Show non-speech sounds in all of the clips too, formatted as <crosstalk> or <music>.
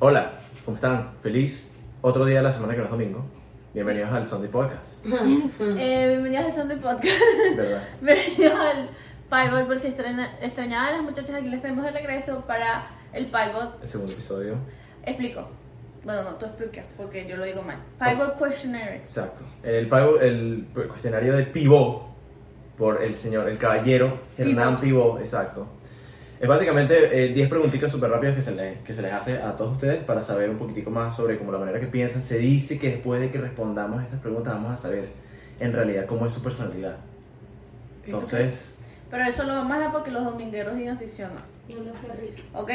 Hola, ¿cómo están? Feliz otro día de la semana que no es domingo. Bienvenidos al Sunday Podcast, Eh, bienvenidos al Sunday Podcast. <laughs> ¿verdad? bienvenidos al Pivot. Por si extraña- extrañaban a las muchachas, aquí les tenemos de regreso para el Pivot. El segundo episodio. Explico. Bueno, no, tú explicas porque yo lo digo mal. Pivot Questionnaire. Exacto. El, pago- el cuestionario de Pivot por el señor, el caballero Hernán Pivot, exacto. Es básicamente eh, 10 preguntitas súper rápidas que se, le- que se les hace a todos ustedes para saber un poquitico más sobre cómo la manera que piensan. Se dice que después de que respondamos estas preguntas vamos a saber en realidad cómo es su personalidad. Entonces, Pero eso lo vamos a dar porque los domingueros digan si sí o no. No lo sé, Rick. ¿Ok?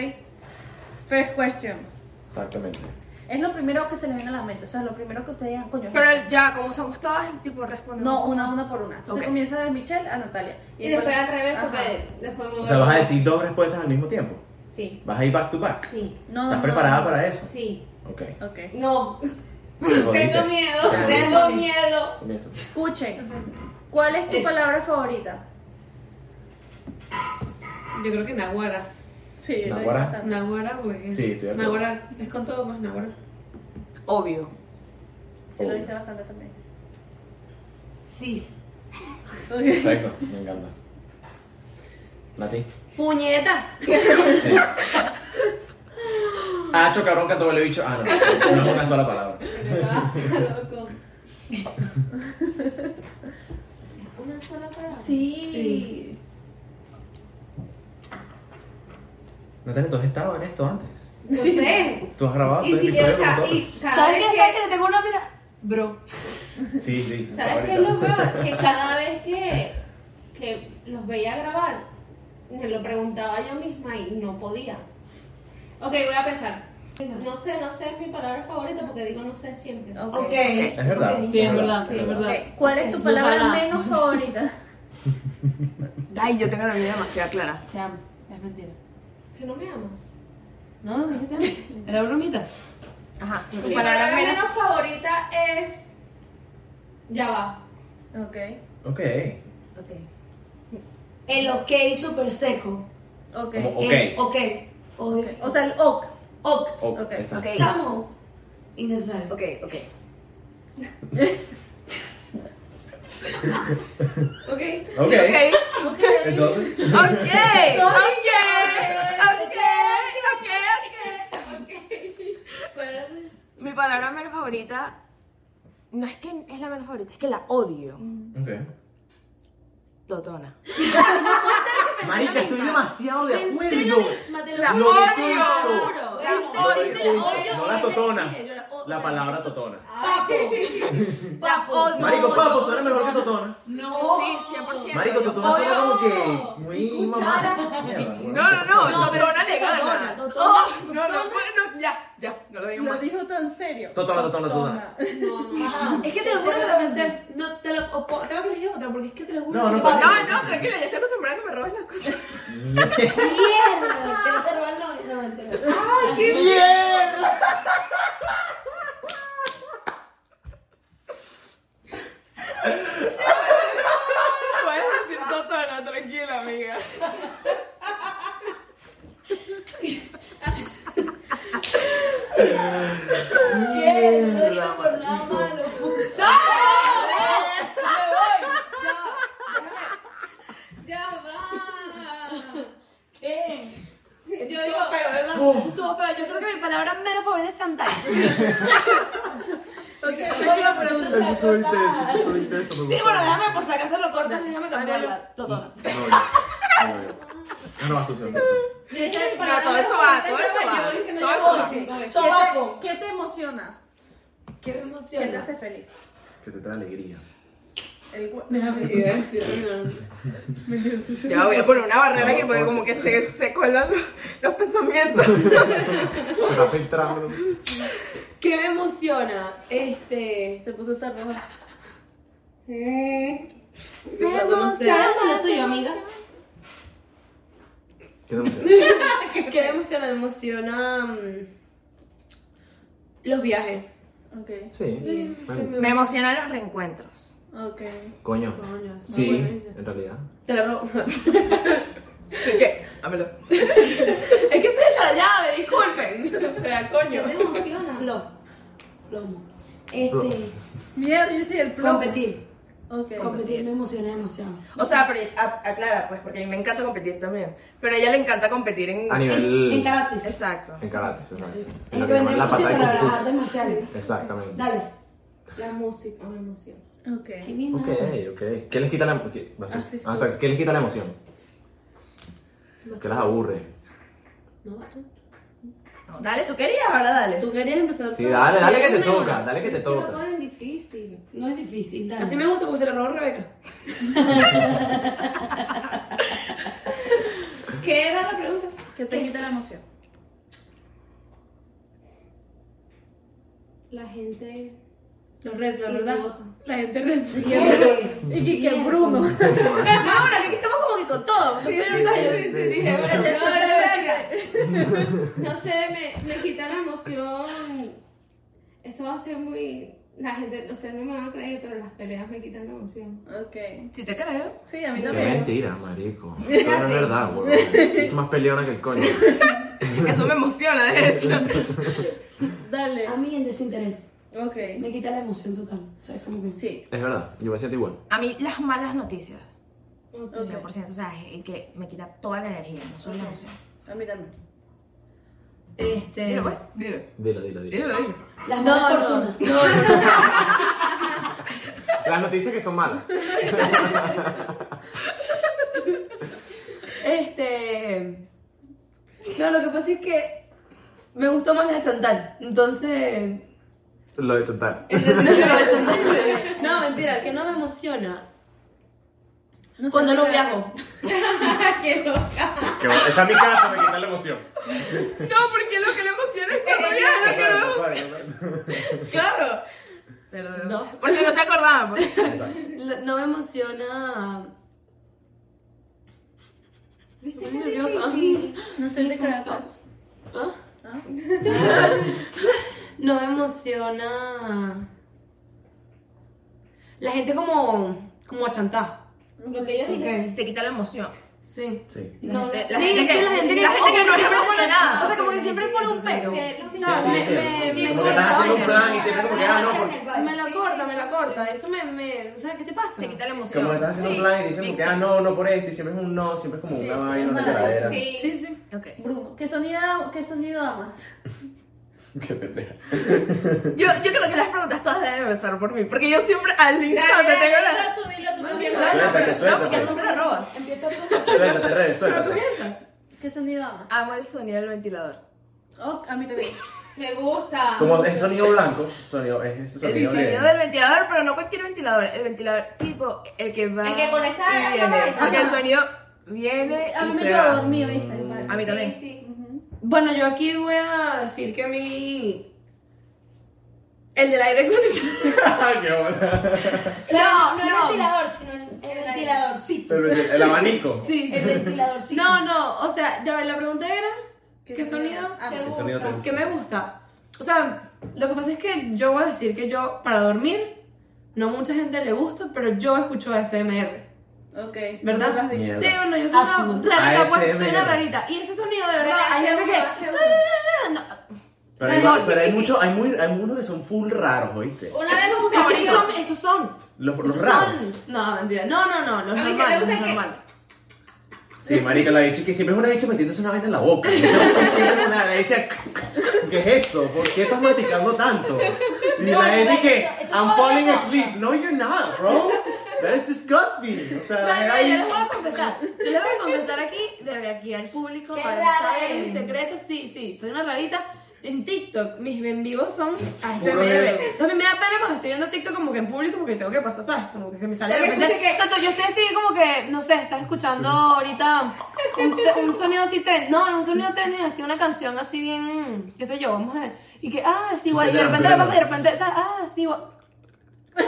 First question. exactamente. Es lo primero que se les viene a la mente. O sea, lo primero que ustedes digan, coño. Pero ya, como somos todas, tipo respondemos. no, una a una por una. Entonces Ok. comienza de Michelle a Natalia. Y después al revés, porque Ajá. después me O sea, vas a decir dos respuestas al mismo tiempo. Sí, Vas a ir back to back. sí, No, no, ¿Estás no, preparada no. para eso? sí. Ok. Ok. No, Te jodiste. <laughs> tengo miedo, Te jodiste. tengo miedo. Comienza. Escuchen. ¿Cuál es tu palabra favorita? Yo creo que Naguara. Sí, lo ¿Naguara? dice No. Naguara, porque. Sí, estoy de acuerdo. Naguara, es con todo más Naguara. Obvio. Sí, lo Oh. dice bastante también. Cis. Perfecto, me encanta. Nati. Puñeta. Sí. Hacho, cabrón, cato, huele bicho. Ah, no. No es una sola palabra. ¿Qué pasa, loco? Una sola palabra. Sí. Natalia, tú has estado en esto antes. No sé. Tú has grabado Y tu si episodio quieres, o con sea, nosotros. y cada ¿Sabes vez qué? que- ¿Sabes qué? Te tengo una mira. Bro. Sí, sí. ¿Sabes qué es lo peor? Que cada vez que, que los veía grabar, me lo preguntaba yo misma y no podía. Ok, voy a pensar. No sé, no sé es mi palabra favorita porque digo no sé siempre. Ok. Es verdad. Ok. Sí, es verdad, sí, es Ok, verdad. ¿Cuál es tu Ok, palabra ojalá. menos <laughs> favorita? Ay, yo tengo la vida demasiado clara. Te amo. Es mentira. Que no me amas. No, dije te amo. Era bromita. Ajá. Mi Tu palabra palabra menos. menos favorita es. Ya va. Ok. Ok. El ok super seco. Ok. Como ok. El ok. O, de- O sea, el ok. ok. Ok, Oh, Ok. exacto. Ok. Chamo. Innecesario. Ok, ok. <laughs> Ok. Ok. Ok. Entonces. Ok. Ok. Mi palabra menos favorita. No es que es la menos favorita, es que la odio. Mm. Ok. Totona. Marica, estoy demasiado de acuerdo. La Lo detesto. odio. No la totona. La palabra totona. La odio. Marico, papo, suena mejor que totona. No. Sí, 100%. Marico, Yo totona suena odio. como que muy mamá. Mierda, bueno, No, no, ¿qué no, pasó? no, pero Dona le Dona, gana. Dona, Oh, no, no, no, no, ya, ya, no lo digo Lo más. dijo tan serio. Totona, totona, totona. Es que te lo juro que lo pensé. No, te lo. o po- tengo que elegir otra porque es que te lo juro. No, no, que- pa- No, no, tranquila, ya estoy acostumbrada a que me robes las cosas. <laughs> Mierda. Te lo- te lo al novio. No, mentira. ¡Bien! Puedes decir Totona, tranquila, amiga. Bien. No digo por nada malo. Ya va. ¿Qué? Yo Estuvo digo. feo, ¿verdad? Eso Estuvo feo. Yo creo que mi palabra menos favorita es chantal. Oiga, pero eso Eso está estuvo intenso, cortada. eso estuvo intenso. me Sí, gustó. bueno, déjame, por si acaso lo cortas, déjame cambiarla. Totona. No, no, no, no. Ah, no, vas tú, vas tú. Yo dije mi No, palabra todo menos eso va, favorita, todo eso entonces va, yo diciendo todo ya eso voy, va. sí, voy. Sobaco. ¿Qué te emociona? Qué ¿Qué me te emociona. hace feliz? Que te trae alegría. El gu- Déjame que iba a decir. Ya voy a poner una barrera No, que puede no. como que se, se cuelan los, los pensamientos. Está filtrando. ¿Qué me emociona? Este. Se puso esta roja. Se emociona. Sabemos lo tuyo, amiga. ¿Qué te emociona? ¿Qué me emociona? Me emociona. mm, Los viajes. Ok. Sí. Bueno, Me emocionan los reencuentros. Ok. Coño. Coño, Sí, en realidad. Te la robo. ¿Qué? Ámelo. es que se echa la llave, disculpen. O sea. sea, coño. ¿Qué te emociona? Plomo. Plomo. Plomo. Este. Mierda, yo soy el plomo. Competir. Ok. Competir me emociona demasiado. O sea, pero a- aclara, pues, porque a mí me encanta competir también. Pero a ella le encanta competir en. A nivel. En karate. sí. Exacto. En karate, exacto. En En lo que que llaman la vendemos pata de para las Kung Fu. artes marciales. Exactamente. Dale. La música me emociona. Ok. Ay, mi Ok, madre. ok. ¿Qué les quita la emoción? Ah, sí, sí. ¿Qué les quita la emoción? ¿Qué las aburre? Dale, tú querías, ahora dale. Tú querías empezar Sí, dale, dale que te una y toca, una. dale que te Es que lo toca. ponen difícil. No es difícil, dale. Así <laughs> me gusta porque se lo robó Rebeca. ¿Qué era la pregunta? que te quita la emoción. La gente. Los red flags, ¿verdad? Idiota. La gente red flag. Sí. Y que, que Bruno. Ahora que aquí estamos como que con todo. Entonces, yo no sabía, sí, sí, dije, bueno, No, eso no, es verdad. no, no sé, me, me quita la emoción. Esto va a ser muy. La gente, ustedes no me van a creer, pero las peleas me quitan la emoción. Ok. Si te creo. Sí, a mí Qué también. mentira, marico. Eso no es verdad, weón. Es más peleona que el coño. Eso me emociona, de hecho. Dale. A mí el desinterés Ok. me quita la emoción total. O sea, es como que. Sí. Es verdad, yo me siento igual. A mí las malas noticias. Ok. 100%, o sea, es que me quita toda la energía, no solo la emoción. A mí también. Este. Dilo, pues. Dilo. Dilo, dilo, dilo. Dilo, dilo. Las No, malas no, fortunas. Las noticias que son malas. Este. No, lo que pasa es que me gustó más la Chantal. Entonces. Lo de total. <laughs> No, <laughs> la Chantal- no, mentira, que no me emociona. No sé Cuando qué no era. viajo. ¡Qué loca! Que bueno, Está en mi casa, me quita la emoción. No, porque lo que le <laughs> emociona es cuando Exacto, exacto. Claro. Perdón. No. pues. Por si no te acordábamos. Exacto. Lo- <laughs> No me emociona. ¿Viste Muy qué nerviosa. difícil? No sé de Caracas. ¿Ah? ¿Ah? <laughs> No me emociona. La gente como. como achantada. Lo que yo dije. Ok. Te quita la emoción. Sí. Sí. No, La gente- Sí, es que la gente que, la gente que no se le pone- emocionada. O sea, como que siempre pone un pero. Que lo que No, Sí, me- sí, me- sí, me como que corta, estás haciendo un oye. plan y siempre como que, ah, no, porque... Me la corta, me la corta. Eso me, me. O sea, ¿qué te pasa? Te quita la emoción. Como que estás haciendo un plan y dicen como que, ah, no, no por este, y siempre es un no, siempre es como una vaina, una es mala, caradera. Sí. Sí, sí. Ok. Bruno. ¿Qué sonido, qué sonido amas? <laughs> Qué pendeja. Yo, yo creo que las preguntas todas deben empezar por mí, porque yo siempre al instante Dale, tengo la... dilo tú, dilo tú también. Suéltate, porque suéltate. siempre la robas. Empieza tú. Suéltate, Rebe, suéltate. ¿Qué sonido amas? Amo el sonido del ventilador. Oh, a mí también. Me gusta. Como es sonido blanco, sonido, es ese El sonido sonido de... <laughs> del ventilador, pero no cualquier ventilador, el ventilador tipo el que va El que conecta y a la viene, vaina. porque el sonido viene A y mí me se quedo va. dormido, ¿viste? Mi padre. A mí también. Sí, sí. Bueno, yo aquí voy a decir que a mí. El del aire acondicionado. ¡Qué onda! No, no, no. el ventilador, sino el, el ventiladorcito. El, el abanico. Sí, El sí. ventiladorcito. No, no, o sea, ya la pregunta era: ¿qué, sonido? Ah, Te El sonido gusta. te- ¿Qué me gusta? O sea, lo que pasa es que yo voy a decir que yo, para dormir, no mucha gente le gusta, pero yo escucho ASMR. Ok. ¿Verdad? Nunca has dicho. Mierda. Sí, bueno, yo soy una ASMR. rarita, pues, soy una ASMR. rarita. Y ese sonido, de verdad, Verás, hay qué gente bueno, que. qué bueno. Pero hay, Mejor, pero hay sí, sí. muchos, hay, muy, hay unos que son full raros, ¿oíste? Una de sus Esos son, esos favoritos. son, esos son. Los, los Esos raros. son- No, mentira. No, no, no, los A mí que normales, me gusta los que- normales. Sí, marica, la bicha que siempre es una bicha metiéndose una vaina en la boca. Siempre es una bicha... ¿Qué es eso? ¿Por qué estás masticando tanto? Y No, la gente eso- que, eso es I'm otra falling cosa". asleep. No, you're not, bro. That is disgusting. O sea, O sea, era mira, yo ahí- les voy a confesar. Yo les voy a confesar aquí, desde aquí al público, Qué para rara saber eres. mis secretos. Sí, sí, soy una rarita. En TikTok, mis en vivos son Puro ASMR. eso. Entonces a mí me da pena cuando estoy viendo TikTok como que en público porque tengo que pasar, ¿sabes? Como que se me sale de Porque repente. escuché que- Exacto, yo estoy así como que, no sé, estás escuchando ahorita un, un sonido así, tren- no, un sonido trending, así una canción así bien, qué sé yo, vamos a ver. Y que, ah, sí, Se guay, y te de repente la rompe la pasa y de repente, ¿sabes? Ah, sí, guay. De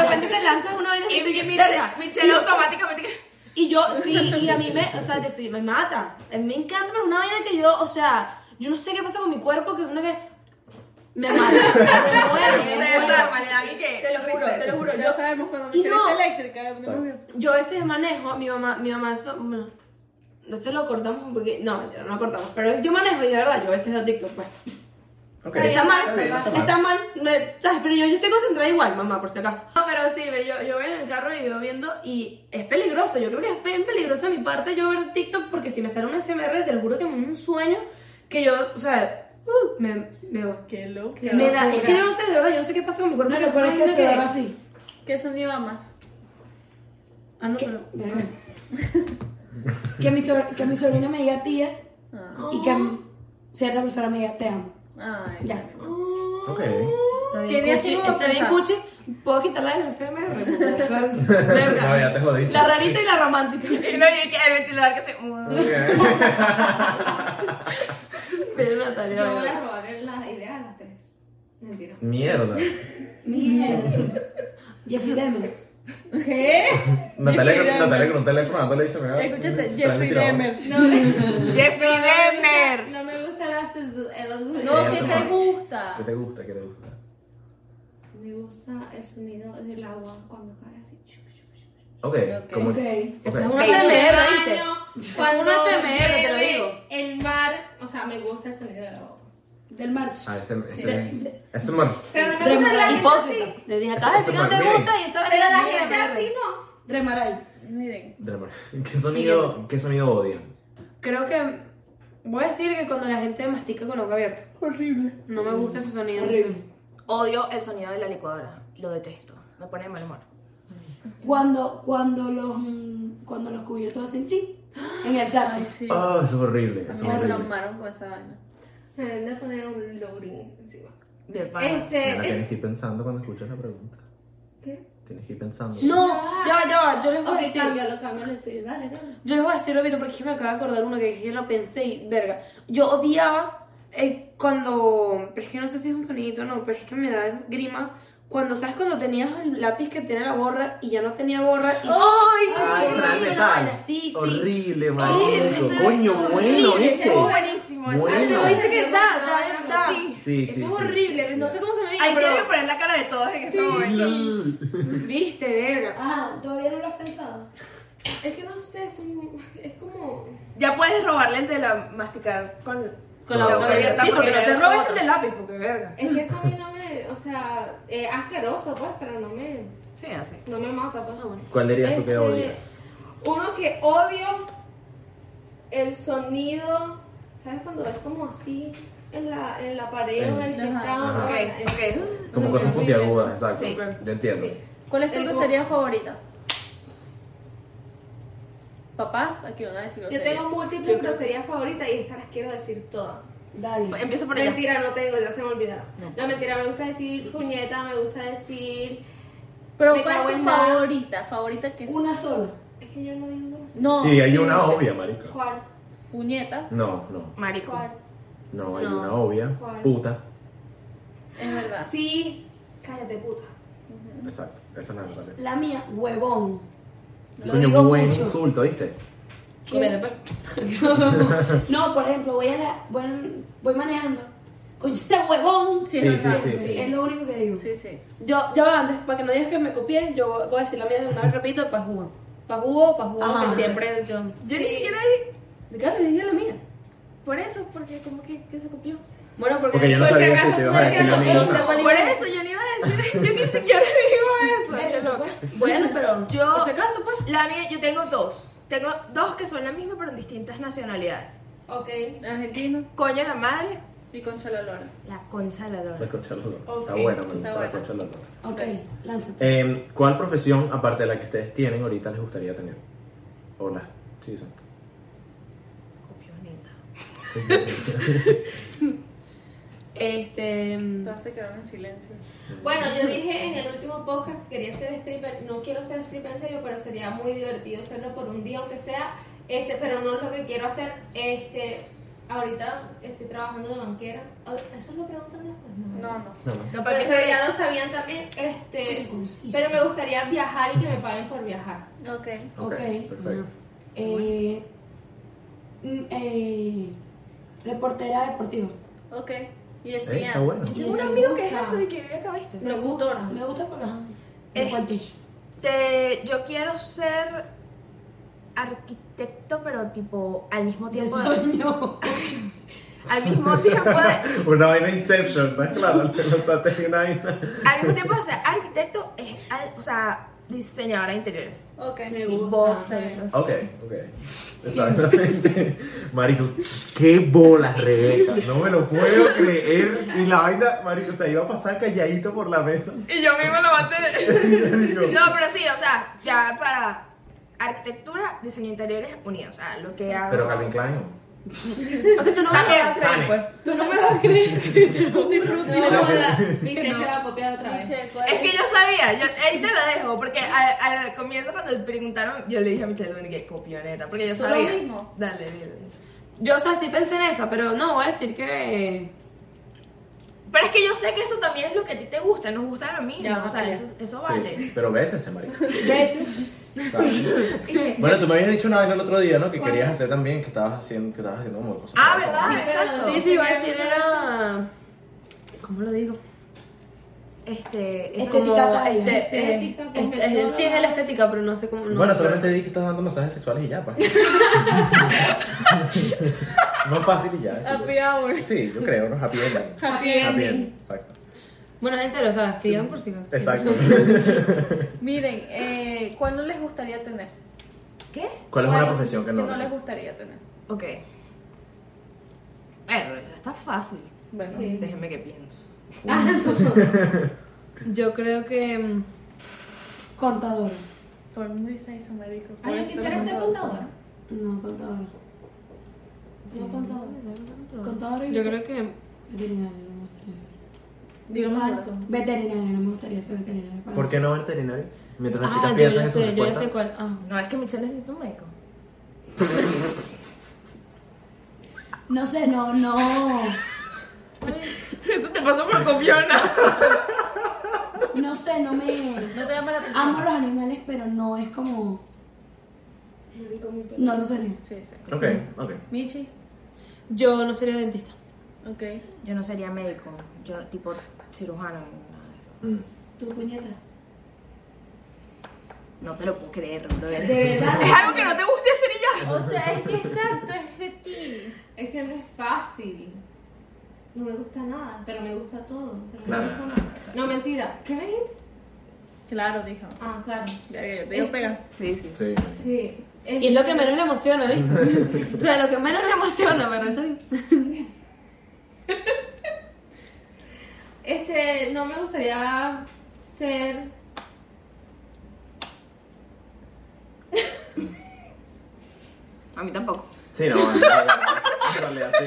repente te lanzas uno de Y mi- mi mira, mi chelo automáticamente que- y yo, sí, y a mí me, o sea, te estoy- me mata. A mí me encanta, pero es una vaina que yo, o sea, yo no sé qué pasa con mi cuerpo, que es una que. Me mata. Me muero, se me muero. desarma, le dan y que... Te lo juro, te lo juro. Ya Yo, sabemos cuando Y me no. no. eléctrica. la ponemos Sorry. bien. yo a veces manejo, mi mamá, mi mamá, eso, bueno, no se lo cortamos porque. No, mentira, no lo cortamos. Pero yo manejo y de verdad, yo a veces veo TikTok, pues. Ok, Está mal, bien, no está mal, me- ¿sabes? Pero yo, yo estoy concentrada igual, mamá, por si acaso. No, pero sí, pero yo, yo voy en el carro y voy viendo y es peligroso. Yo creo que es bien peligroso de mi parte yo ver TikTok porque si me sale un SMR, te lo juro que me da un sueño que yo, o sea, uh, me, me va. Qué loco. Me da, es que yo no sé, de verdad, yo no sé qué pasa con mi cuerpo. No yo recuerdas que imagino se daba así. ¿Qué sonido más? Ah, no, pero... Verga. <laughs> que, mi sobr- que mi sobrina me diga tía Ah. y que cierta persona me diga te amo. Ay, Ya. Ok. Está ¿Qué día bien, cuchi, hicimos está bien, cosa? cuchi. ¿Puedo quitarla de los <laughs> CMR? No, ya te jodiste. La rarita y la romántica. <laughs> Y no, y que el ventilador que se. Ok. Pero Natalia, Yo voy bueno. a robar las ideas a las tres. <laughs> Mentira. <laughs> Mierda. Mierda. Jeffrey Dahmer. ¿Qué? Natalia, Dahmer. Natalia con un teléfono dando le dice, me va. Escúchate, trae Jeffrey el tirador. Dahmer. No me, Jeffrey Dahmer. no me gusta la sedu- el- No, ¿qué Eso, te man. gusta? ¿Qué te gusta? ¿Qué te gusta? Me gusta el sonido del agua cuando cae así. Chuc, chuc, chuc. Ok, Ok. como. Ok. Eso es ok. una El CMR, baño, ¿viste? Cuando Una CMR, te lo llueve, digo. El mar, o sea, me gusta el sonido del agua. Del marzo. Ah, ese. Ese. De- Ese man. Pero no me Extremo. gusta la gente Hipócrita. así. Le dije, Eso- acabas eso de decir que no es te gusta y eso Pero la Sí, gente mierda. así no. Remaray. Miren. Dramar. <laughs> ¿Qué sonido, ¿Qué sonido odian? Creo que voy a decir que cuando la gente mastica con boca abierta. Horrible. No me gusta ese sonido. Horrible. Odio el sonido de la licuadora. Lo detesto. Me pone de mal humor. Cuando, cuando los mm, cuando los cubiertos hacen chin en el carro. Ah, eso es horrible. A mí Eso es me horrible. traumaron con esa vaina. Me deben de poner un lowering encima. De pana. Mira, Este. tienes que ir pensando cuando escuchas la pregunta. ¿Qué? Tienes que ir pensando. No, ya, va, ya, va, yo les voy a Ok, decir. cámbialo, cámbialo el tuyo. Dale, dale. Yo les voy a decir rápido porque es que me acabo de acordar uno que dije, lo pensé y verga. Yo odiaba eh, cuando. Pero es que no sé si es un sonidito o no, pero es que me da grima. Cuando, ¿sabes? Cuando tenías el lápiz que tenía la borra y ya no tenía borra. Y... Oh, Ah, eso es Horrible, la metal. vaina, sí, sí. Horrible, eso marico. es Coño, bueno, ese ¿viste? es buenísimo. ese- Bueno. Ah, ¿te lo viste que Sí, da, bueno, da, da. sí. Sí, Eso sí, es sí. horrible, no sé cómo se me vino. Ahí pero- tiene que poner la cara de todos en ese momento. Viste, verga. Ah, todavía no lo has pensado. Es que no sé, es, un- es como. Ya puedes robarle el de la masticar con, Con la boca abierta. Sí, porque porque no te ya robes son el de lápiz, porque verga. Es que eso a mí no me. O sea, es asqueroso, pues, pero no me. Sí, así. No me mata, pues. Ah, ¿Cuál dirías tú que Este, odias? Uno que odio el sonido. ¿Sabes cuando es como así? En la, en la pared o en el Ajá. cristal. Ajá. ¿no? Ok, ok. Como no, cosas no, puntiagudas, exacto. Sí. Yo entiendo. Sí. ¿Cuál es tu El grosería favorita? Papás, aquí van a decir Yo grosería. tengo múltiples groserías favoritas y estas las quiero decir todas. Pues, Dale. Empiezo por allá. Mentira, no tengo, ya se me olvidaron. No, mentira, me gusta decir puñeta, me gusta decir. Pero Me ¿cuál cago es en tu nada. favorita? Favorita em- que es. Una sola. Es que yo no digo groserías. No. Sí, hay ¿qué una dice? obvia, marico. ¿Cuál? Puñeta, No, no. Marico. ¿Cuál? No, hay No. una obvia. ¿Cuál? Puta. es verdad. Sí. Cállate, puta. Exacto. Esa es la verdad. La mía, huevón. Lo Coño, digo buen mucho. insulto, ¿viste? ¿Qué? No, por ejemplo, voy, a la- voy, voy manejando. Con este huevón. Sí, Sí, es sí, verdad. sí, sí. Es lo único que digo. Sí, sí. Yo, ya va, antes, para que no digas que me copié, yo voy a decir la mía de una vez, repito, pa' jugo. Pa' jugo, pa' jugo, Ajá. que siempre es yo. Yo ni siquiera ¿De qué le dije la mía? Por eso, porque como que, se copió. Bueno, porque... Porque yo no Por si sabía si acaso te tú ibas a decir la decías, no sé misma. cuál Por iba. eso yo no iba a <laughs> decir, yo ni siquiera digo eso. Eso, loca. Bueno, pero yo... Yo- Por si acaso, pues. La mía, yo tengo dos. Tengo dos que son la misma pero en distintas nacionalidades. Ok. Argentino Coño la madre, y concha la lora. la concha de la lora. La concha de la lora. Ok, Está buena, me está gusta la buena. concha de la lora. Ok, lánzate. Eh, ¿Cuál profesión, aparte de la que ustedes tienen ahorita, les gustaría tener? Hola. Sí, exacto. Copioneta. Este... mm, Todas se quedaron en silencio. Bueno, yo dije en el último podcast que quería ser stripper. No quiero ser stripper en serio, pero sería muy divertido serlo por un día, aunque sea. Este, pero no es lo que quiero hacer. Este, ahorita estoy trabajando de banquera. Ah, Eso lo preguntan después. No. No, no. No, no. No, Pero, para mí pero está ya lo sabían también. Este, Qué conciso. pero me gustaría viajar y que me paguen por viajar. Ok. Ok, Ok. perfecto. Eh, mm, eh, reportera deportiva. Ok. Y Eh, está <laughs> bueno. Y bien. Un eso amigo me que es gusta. eso y que vive acá, ¿viste? Me gusta. Me gusta porque ajá, Eh. me falté. Este, yo quiero ser arquitecto, pero tipo al mismo De tiempo. sueño. al mismo tiempo de, Una vaina Inception, ¿estás claro? Te lanzaste en una vaina. al mismo tiempo de ser arquitecto es, al- o sea, diseñadora de interiores. Ok, me Y gusta. Ah, vos, eh. <laughs> entonces. Ok, ok. Exactamente. Marico, qué bolas, Rebeca. No me lo puedo creer. Y la vaina, Marico, o sea, iba a pasar calladito por la mesa. <laughs> Y yo mismo lo maté. Marico. No, pero sí, o sea, ya para arquitectura, diseño de interiores unido, o sea, lo que hago. Pero Calvin Klein. O sea, tú no me lo vas a creer, pues. Tú no me lo vas a creer que yo no disfruto. No, <laughs> ahora Michelle se va a copiar otra vez. <laughs> Michelle, ¿cuál Es que yo sabía, yo, ahí te lo dejo, porque al, al comienzo cuando preguntaron, yo le dije a Michelle Duni que copioneta, porque yo ¿Tú lo sabía. mismo? Dale, dile. Yo, o sea, sí pensé en esa, pero no, voy a decir que... Pero es que yo sé que eso también es lo que a ti te gusta, nos gusta lo mismo, Ya, o sea, vale. eso, eso Sí, vale. sí, pero bésense, <laughs> Marico. Veces. ¿sabes? Bueno, tú me habías dicho una vaina el otro día, ¿no? Que ¿Cuál? querías hacer también, que estabas haciendo, que estabas haciendo como cosas. Ah, ¿verdad? Sí, pero- Exacto. Sí, sí, iba a decir era... ¿Cómo lo digo? Este, eso Estética Como, tal, este, estética, eh, pues, este, es- sí, es la estética, pero no sé cómo... no- Bueno, solamente di que estás dando masajes sexuales y ya, pues. no fácil y ya. eso Happy ya. hour. Sí, yo creo, ¿no? Happy ending. Happy Happy ending. ending, exacto. Bueno, es en serio, o sea, escriban por si acaso. Exacto. Miren, eh, ¿cuál no les gustaría tener? ¿Qué? ¿Cuál es una profesión que no, les gustaría tener? Ok. Bueno, eso está fácil. Bueno, Sí. <laughs> Déjeme que pienso. Ah, Yo creo que... mm, Contadora. todo el mundo dice eso, marico. Ah, yo quisiera ser contadora. No, contadora. No contadora. Contadora y Yo veter- creo que... veterinaria. No me gustaría ser. Digo más alto. Veterinaria, no me gustaría ser veterinaria. para ¿Por qué no veterinario? Mientras las chicas Ah, yo piensan ya en sus sé, yo ya sé respuestas. cuál. Ah, No, es que Michelle necesita un médico. nada. No sé, no, no. Eso <laughs> te pasó por copiona. No sé, no me. No te llama la atención. Amo los animales, pero no es como. No lo sería. Sí, sí. Ok, ok. Michi. Yo no sería dentista. Ok. Yo no sería médico, yo tipo cirujano, nada de eso. Mm. Tu puñeta. No te lo puedo creer, <laughs> bro. De verdad. Es algo que no te guste hacer y ya. O sea, es que exacto, es de ti. Es que no es fácil. No me gusta nada, pero me gusta todo. Pero Claro. no me gusta nada. No, mentira. ¿Qué me dijiste? Claro, dijo. Ah, claro. Ya que te digo pega. Sí, sí. Sí. Sí. Y es lo que menos le emociona, <laughs> ¿viste? o sea, lo que menos le emociona, pero está bien. Este, no me gustaría ser. A mí tampoco. Sí, no, no, no. En realidad, sí.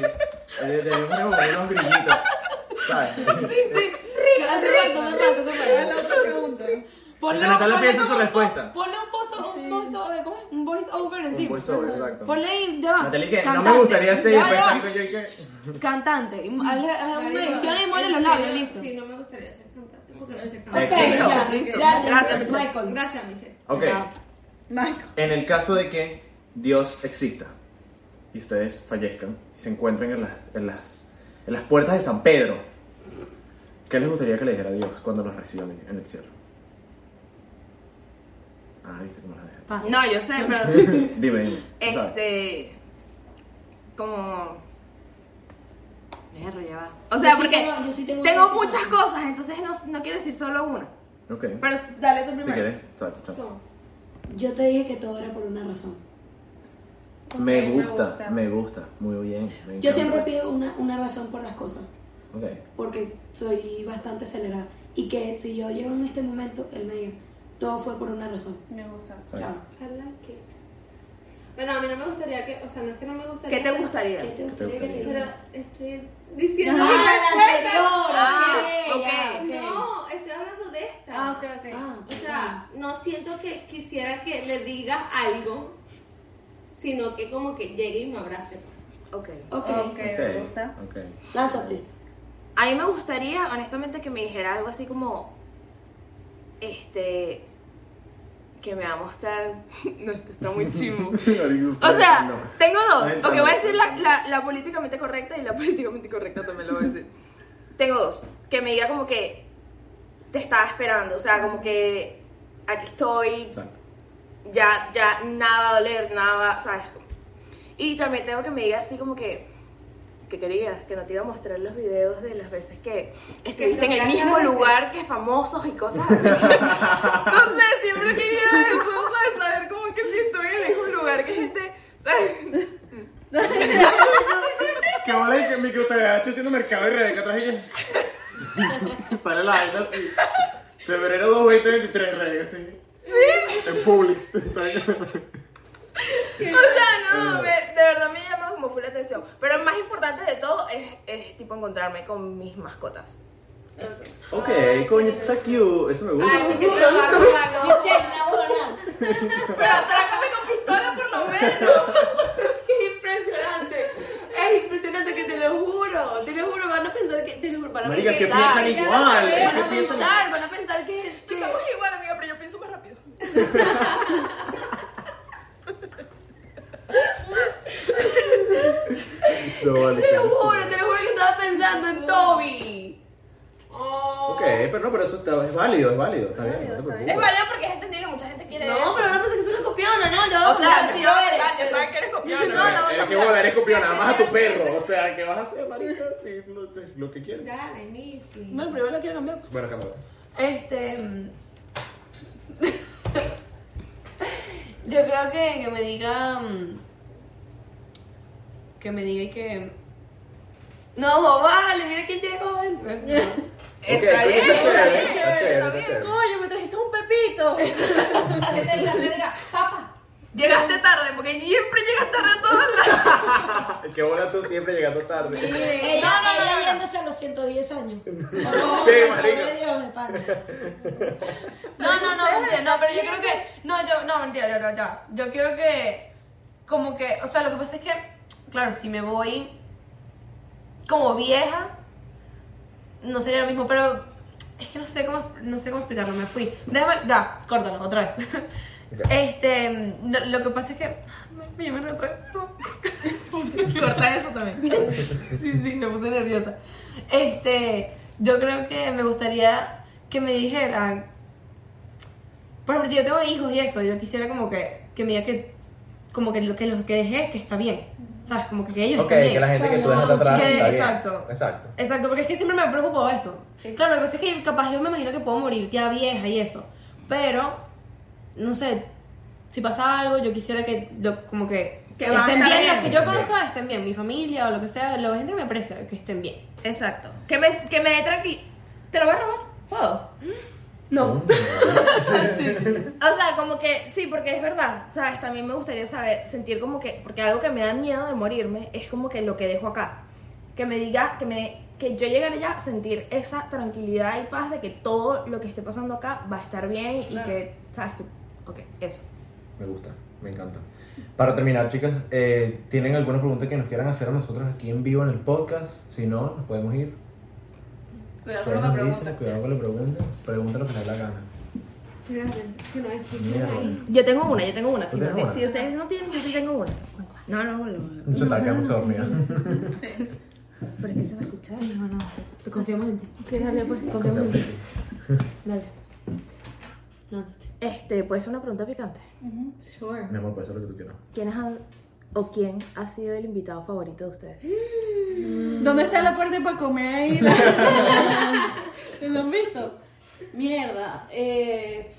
Eh, Debemos remover unos grillitos. ¿Sabes? Hace falta, hace falta, hace falta. la otra pregunta. Ponle, Natalia ponle piensa su como un po- respuesta. Ponle un pozo, un pozo, eh, ¿cómo es? Un voice over Un encima. voiceover, exacto. Ponle ahí, ya va. Natalie, que no me Ah, Cantante. gustaría ser. Ya va, pues, ya va. marico, yo que- Cantante. Y hazle- hazle Una Marico, edición y en muere los labios, serio, listo. Sí, no me gustaría ser cantante porque no sé Ok, cantar. Excelente. ya. Listo. Gracias, Gracias, Michelle. Michael. Gracias, Michelle. Ok. Marco. En el caso de que Dios exista y ustedes fallezcan y se encuentren en las, en las, en las puertas de San Pedro, ¿qué les gustaría que le dijera Dios cuando los reciban en el cielo? Ah, viste cómo la dejé. Pasa. No, yo sé, pero. <laughs> Dime, dime. tú sabes. este. Como. Perro, ya va. O sea, Yo sí porque tengo- yo sí tengo tengo, varias muchas cosas. cosas, entonces no, no quiero decir solo una. Ok. Pero dale tú primero. Si quieres, exacto, exacto. Toma. Yo te dije que todo era por una razón. Me Ok, gusta, me gusta. Muy bien. me Yo encanta. siempre pido una, una razón por las cosas. Ok. porque soy bastante acelerada. Y que si yo llego en este momento, él me diga, todo fue por una razón. Me gusta. exacto. Chao. I like it. Bueno, a mí no me gustaría que. O sea, no es que no me gustaría. ¿Qué te ¿Qué gustaría? te gustaría que te gustaría? Pero diga? estoy Ah, diciendo. la anterior, ok, Ah, ya, ok. No, estoy hablando de esta. Ah, ok, ok. Ah, O sea, no siento que quisiera que me digas algo, sino que como que llegue y me abrace. Ok. ok. Ok, me Ok. gusta. Ok. Lánzate. A mí me gustaría, honestamente, que me dijera algo así como. Este. Que me va a mostrar. <laughs> No, esto está muy <laughs> chimo. Marico, O sea, no. tengo dos. Ahí está, Ok, voy a no. decir la, la- la políticamente correcta y la <laughs> políticamente correcta también lo voy a decir. tengo dos. Que me diga como que te estaba esperando, o sea, como que aquí estoy, Exacto. ya, ya nada va a doler, nada va, ¿sabes? Y también tengo que me diga así como que que querías, que no te iba a mostrar los videos de las veces que te estuviste en el operaste mismo antes. lugar que famosos y cosas así. no sé, siempre quería eso, <laughs> para saber cómo que si estuve en el mismo lugar que gente, ¿sabes? Que vale que mi que usted H haciendo mercado y Rebeca atrás y que- <laughs> Sale la vaina así. Febrero 2, 2023, Rebeca, así. Sí. En Publix. Está Eh, bien. O sea, no, me- de verdad me llama como full la atención. Pero más importante de todo es, es tipo encontrarme con mis mascotas. Ok, Ay, coño, qué eso está cute. Eso me gusta. Ay, Michelle te va a robar, ¿no? Michelle, no, no, no. Pero atrácame con pistola por lo menos. ¡Qué impresionante! Es impresionante que te lo juro, te lo juro, van a pensar que, te lo juro, van a Marica, que pensar, piensan ya lo igual. sabía, Es van que a piensan pensar, van a pensar que, que- Estamos igual, amiga, pero yo pienso más rápido. No, vale, te lo claro, juro, sí. te lo juro que estaba pensando en Toby. Ok, pero no, pero eso está- es válido, es válido. Está bien, no te preocupes. Es válido porque es entendible, mucha gente quiere No, pero no pensé pues, que soy una copiona, no, yo O sea, si si lo eres, yo sabía que eres Eh, copión. No, no, Es que no. volar es copiar nada más a tu perro. O sea, ¿qué vas a hacer, marica? Si lo, lo que quieres. Dale, Michi. Bueno, pero igual lo quiero cambiar. pues. Bueno, cámara. Este. mm, <laughs> Yo creo que, que me diga. mm, Que me diga y que. No, vale, mira quién llegó. Está Ok, bien. Está chévere, está está bien, chévere, está está bien. chévere. Coño, me trajiste un pepito. Que te diga, te diga, papá. Llegaste tarde, porque siempre llegas tarde a todas las. Ay, Qué bola tú siempre llegando tarde. Ella, No, no, no, ella no. yéndose a los 110 años. Sí, Dios de pana. No, no, no, mentira, no, pero yo creo que. No, yo, no, mentira, no, no, ya. Yo quiero que. Como que. O sea, lo que pasa es que. Claro, si me voy. Como vieja. No sería lo mismo, pero. Es que no sé cómo, no sé cómo explicarlo, me fui. Déjame. Ya, córtalo, otra vez. Este. no, lo que pasa es que. Me, me llamé la otra vez, <laughs> perdón. Corta eso también. Sí, sí, me puse nerviosa. Este. Yo creo que me gustaría que me dijeran por ejemplo, si yo tengo hijos y eso, yo quisiera como que, que me diga que, como que lo que los que dejé que está bien. ¿Sabes? Como que ellos Ok, estén que bien. la gente que tú Claro, dejas atrás que- está bien. exacto. Exacto. Exacto, porque es que siempre me preocupó eso. Claro, lo que pasa es que capaz yo me imagino que puedo morir ya vieja y eso. Pero, no sé, si pasa algo, yo quisiera que, lo- como que, Que va a estén estar bien, bien. los que yo conozco estén bien, mi familia o lo que sea, la gente que me aprecia, que estén bien. Exacto. Que me, que me dé tranquilidad. ¿Te lo voy a robar? ¿Puedo? Mm, No. O sea, como que sí, porque es verdad, ¿sabes? También me gustaría saber, sentir como que, porque algo que me da miedo de morirme es como que lo que dejo acá. Que me diga, que me que yo llegaré ya a sentir esa tranquilidad y paz de que todo lo que esté pasando acá va a estar bien y que, ¿sabes? Que, ok, eso. Me gusta, me encanta. Para terminar, chicas, eh, ¿tienen alguna pregunta que nos quieran hacer a nosotros aquí en vivo en el podcast? Si no, nos podemos ir. Cuidado Ustedes nos dicen, cuidado con las preguntas. Pregunta lo que les dé la gana. Que no es Mierda. Yo tengo una, yo tengo una. ¿Tú Si, tienes no- una? si ustedes no tienen, yo sí tengo una. No, no, no. Se está quedando dormida. <laughs> ¿Pero es que se va a escuchar? Te confiamos en ti. pues, Dale. Lánzate. Este, puede ser una pregunta picante. Sure. Mi amor, puede ser lo que tú quieras. ¿Quiénes han, o quién ha sido el invitado favorito de ustedes? ¿Dónde está la puerta para <laughs> comer ahí? ¿Lo han visto? Mierda. Eh,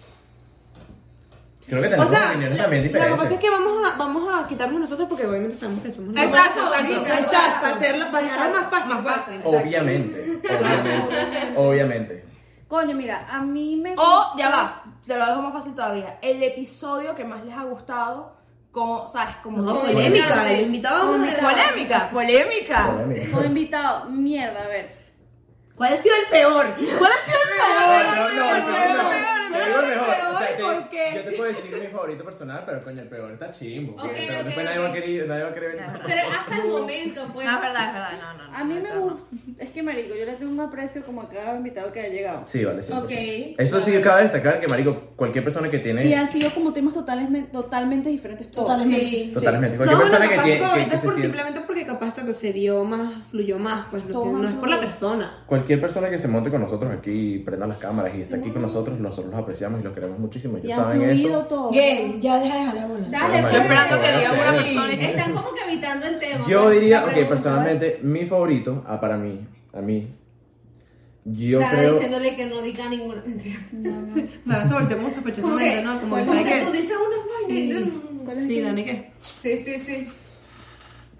Creo que O tenemos sea, opiniones también lo que pasa es diferentes. que vamos a, vamos a quitarnos nosotros porque obviamente sabemos que somos nosotros. Exacto, exacto. exacto. para hacerlo, para dejarlo más fácil. pues. Obviamente, obviamente, obviamente. Coño, mira, a mí me. Oh, O, ya va, te lo dejo más fácil todavía. El episodio que más les ha gustado, como, ¿sabes? Como No, tipo- polémica, el invitado es un- polémica, Ah. polémica. Obviamente. O invitado. Mierda, a ver. ¿Cuál ha sido el peor? ¿Cuál ha <laughs> sido el peor? No, <laughs> no, el peor no. Yo digo el mejor. O sea, te- ¿por qué? Yo te puedo decir mi favorito personal, pero coño, el peor está chimbo. Ok, El peor, ok, Después nadie va a ok. querer, nadie va a querer venir. Pero hasta el momento, pues. No, es verdad, es verdad, no, no. no, A mí no, me Ah, no. gusta. Es que, Marico, yo le tengo un aprecio como a cada invitado que ha llegado. Sí, vale, sí. Ok. Eso sí, cabe destacar que, marico, cualquier persona que tiene... Y han sido como temas totales- totalmente diferentes todos. Totalmente. Sí. Totalmente. No, Cualquier bueno, persona que capaz tiene... favorito que- que es se por siente- simplemente porque capaz se concedió más, fluyó más, pues no, Todo que- no es por la fluyó. persona. Cualquier persona que se monte con nosotros aquí, prenda las cámaras y está aquí con nosotros, nosotros los los apreciamos y los queremos muchísimo. Ellos Y han saben eso. fluido todo. Gay, ya deja de jalar bola. Dale, Bueno, pues. esperando que diga una persona. Están como que evitando el tema. Yo pues, diría, la ok, pregunta. personalmente, mi favorito, ah, para mí, a mí, yo Estaba creo... diciéndole que no diga ninguna mentira. Nada, se volteó como sospechosamente, ¿no? Como como que tú que. dices "Ah, una vaina. Sí, Dani, ¿qué? Sí, sí, sí.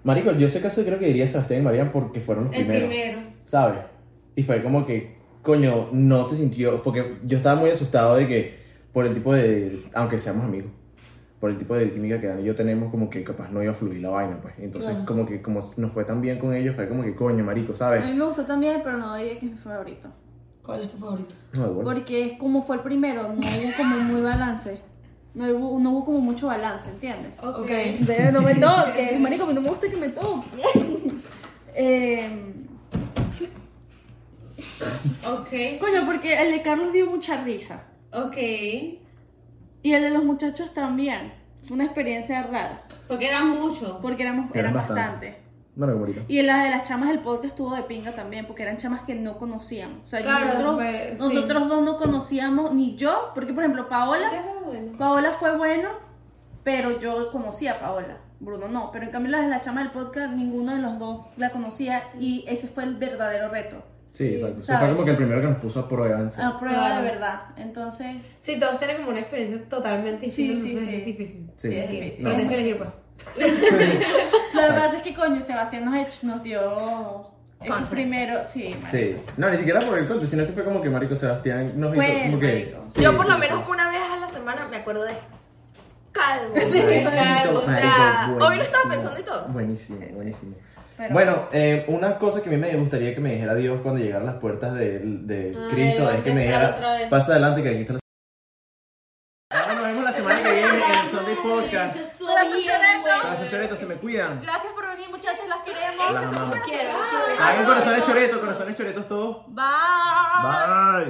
Marico, yo ese caso creo que diría Sebastián y María porque fueron los El primeros. primero. ¿Sabes? Y fue como que, coño, no se sintió, porque yo estaba muy asustado de que, por el tipo de, aunque seamos amigos, por el tipo de química que Dani y yo tenemos, como que capaz no iba a fluir la vaina, pues. Entonces, como que, como nos fue tan bien con ellos, fue como que, coño, marico, A ¿sabes? mí me gustó también, pero no diría que es mi favorito. ¿Cuál es tu favorito? No, de bola. Porque es como fue el primero, no hubo como muy balance. No hubo, no hubo como mucho balance, ¿entiendes? Ok. Bebé, <laughs> no me toques, marico, no me gusta que me toques. Eh, Ok. coño, porque el de Carlos dio mucha risa. Ok. Y el de los muchachos también. Fue una experiencia rara. Porque era mucho. Porque éramos, Eran eran bastante. bastante. Bueno, qué bonito. Y la de las chamas del podcast estuvo de pinga también, porque eran chamas que no conocíamos. O sea, Claro, nosotros, fue- sí. nosotros dos no conocíamos, ni yo, porque por ejemplo, Paola, Ese fue bueno. Paola fue bueno, pero yo conocía a Paola. Bruno no, pero en cambio la de la chama del podcast, ninguno de los dos la conocía y ese fue el verdadero reto. Sí, exacto. O sea, ¿sabes? fue como que el primero que nos puso a prueba. en sí. Ah, A prueba Claro. de verdad. Entonces, Sí, todos tienen como una experiencia totalmente distinta, Sí, sí, entonces sí. es difícil. Sí, es sí. difícil. No, Pero tienes que elegir, pues. lo que pasa es que coño, Sebastián nos, ech- nos dio esos Contra. primeros. Sí, marico. Sí. No, ni siquiera por el conto, sino que fue como que Marico Sebastián nos Fue hizo él, como que. marico. Sí, Yo por sí, lo sí. menos una vez a la semana me acuerdo de calvo. Marico, claro, o sea, marico, hoy lo estaba buenísimo. pensando y todo. Buenísimo, buenísimo. Pero- Bueno, eh, una cosa que a mí me gustaría que me dijera Dios cuando llegara a las puertas de, de Ay, Cristo va a es que me empezar otra dijera, vez. pasa adelante que aquí está la... Ahora nos vemos la semana que viene en el Sunday Podcast. Gracias, Choreto, se me cuidan. Gracias por venir, muchachos, las queremos. Las amamos. Quiero, Hagan corazones choretos, corazones choretos todos. Bye. Bye.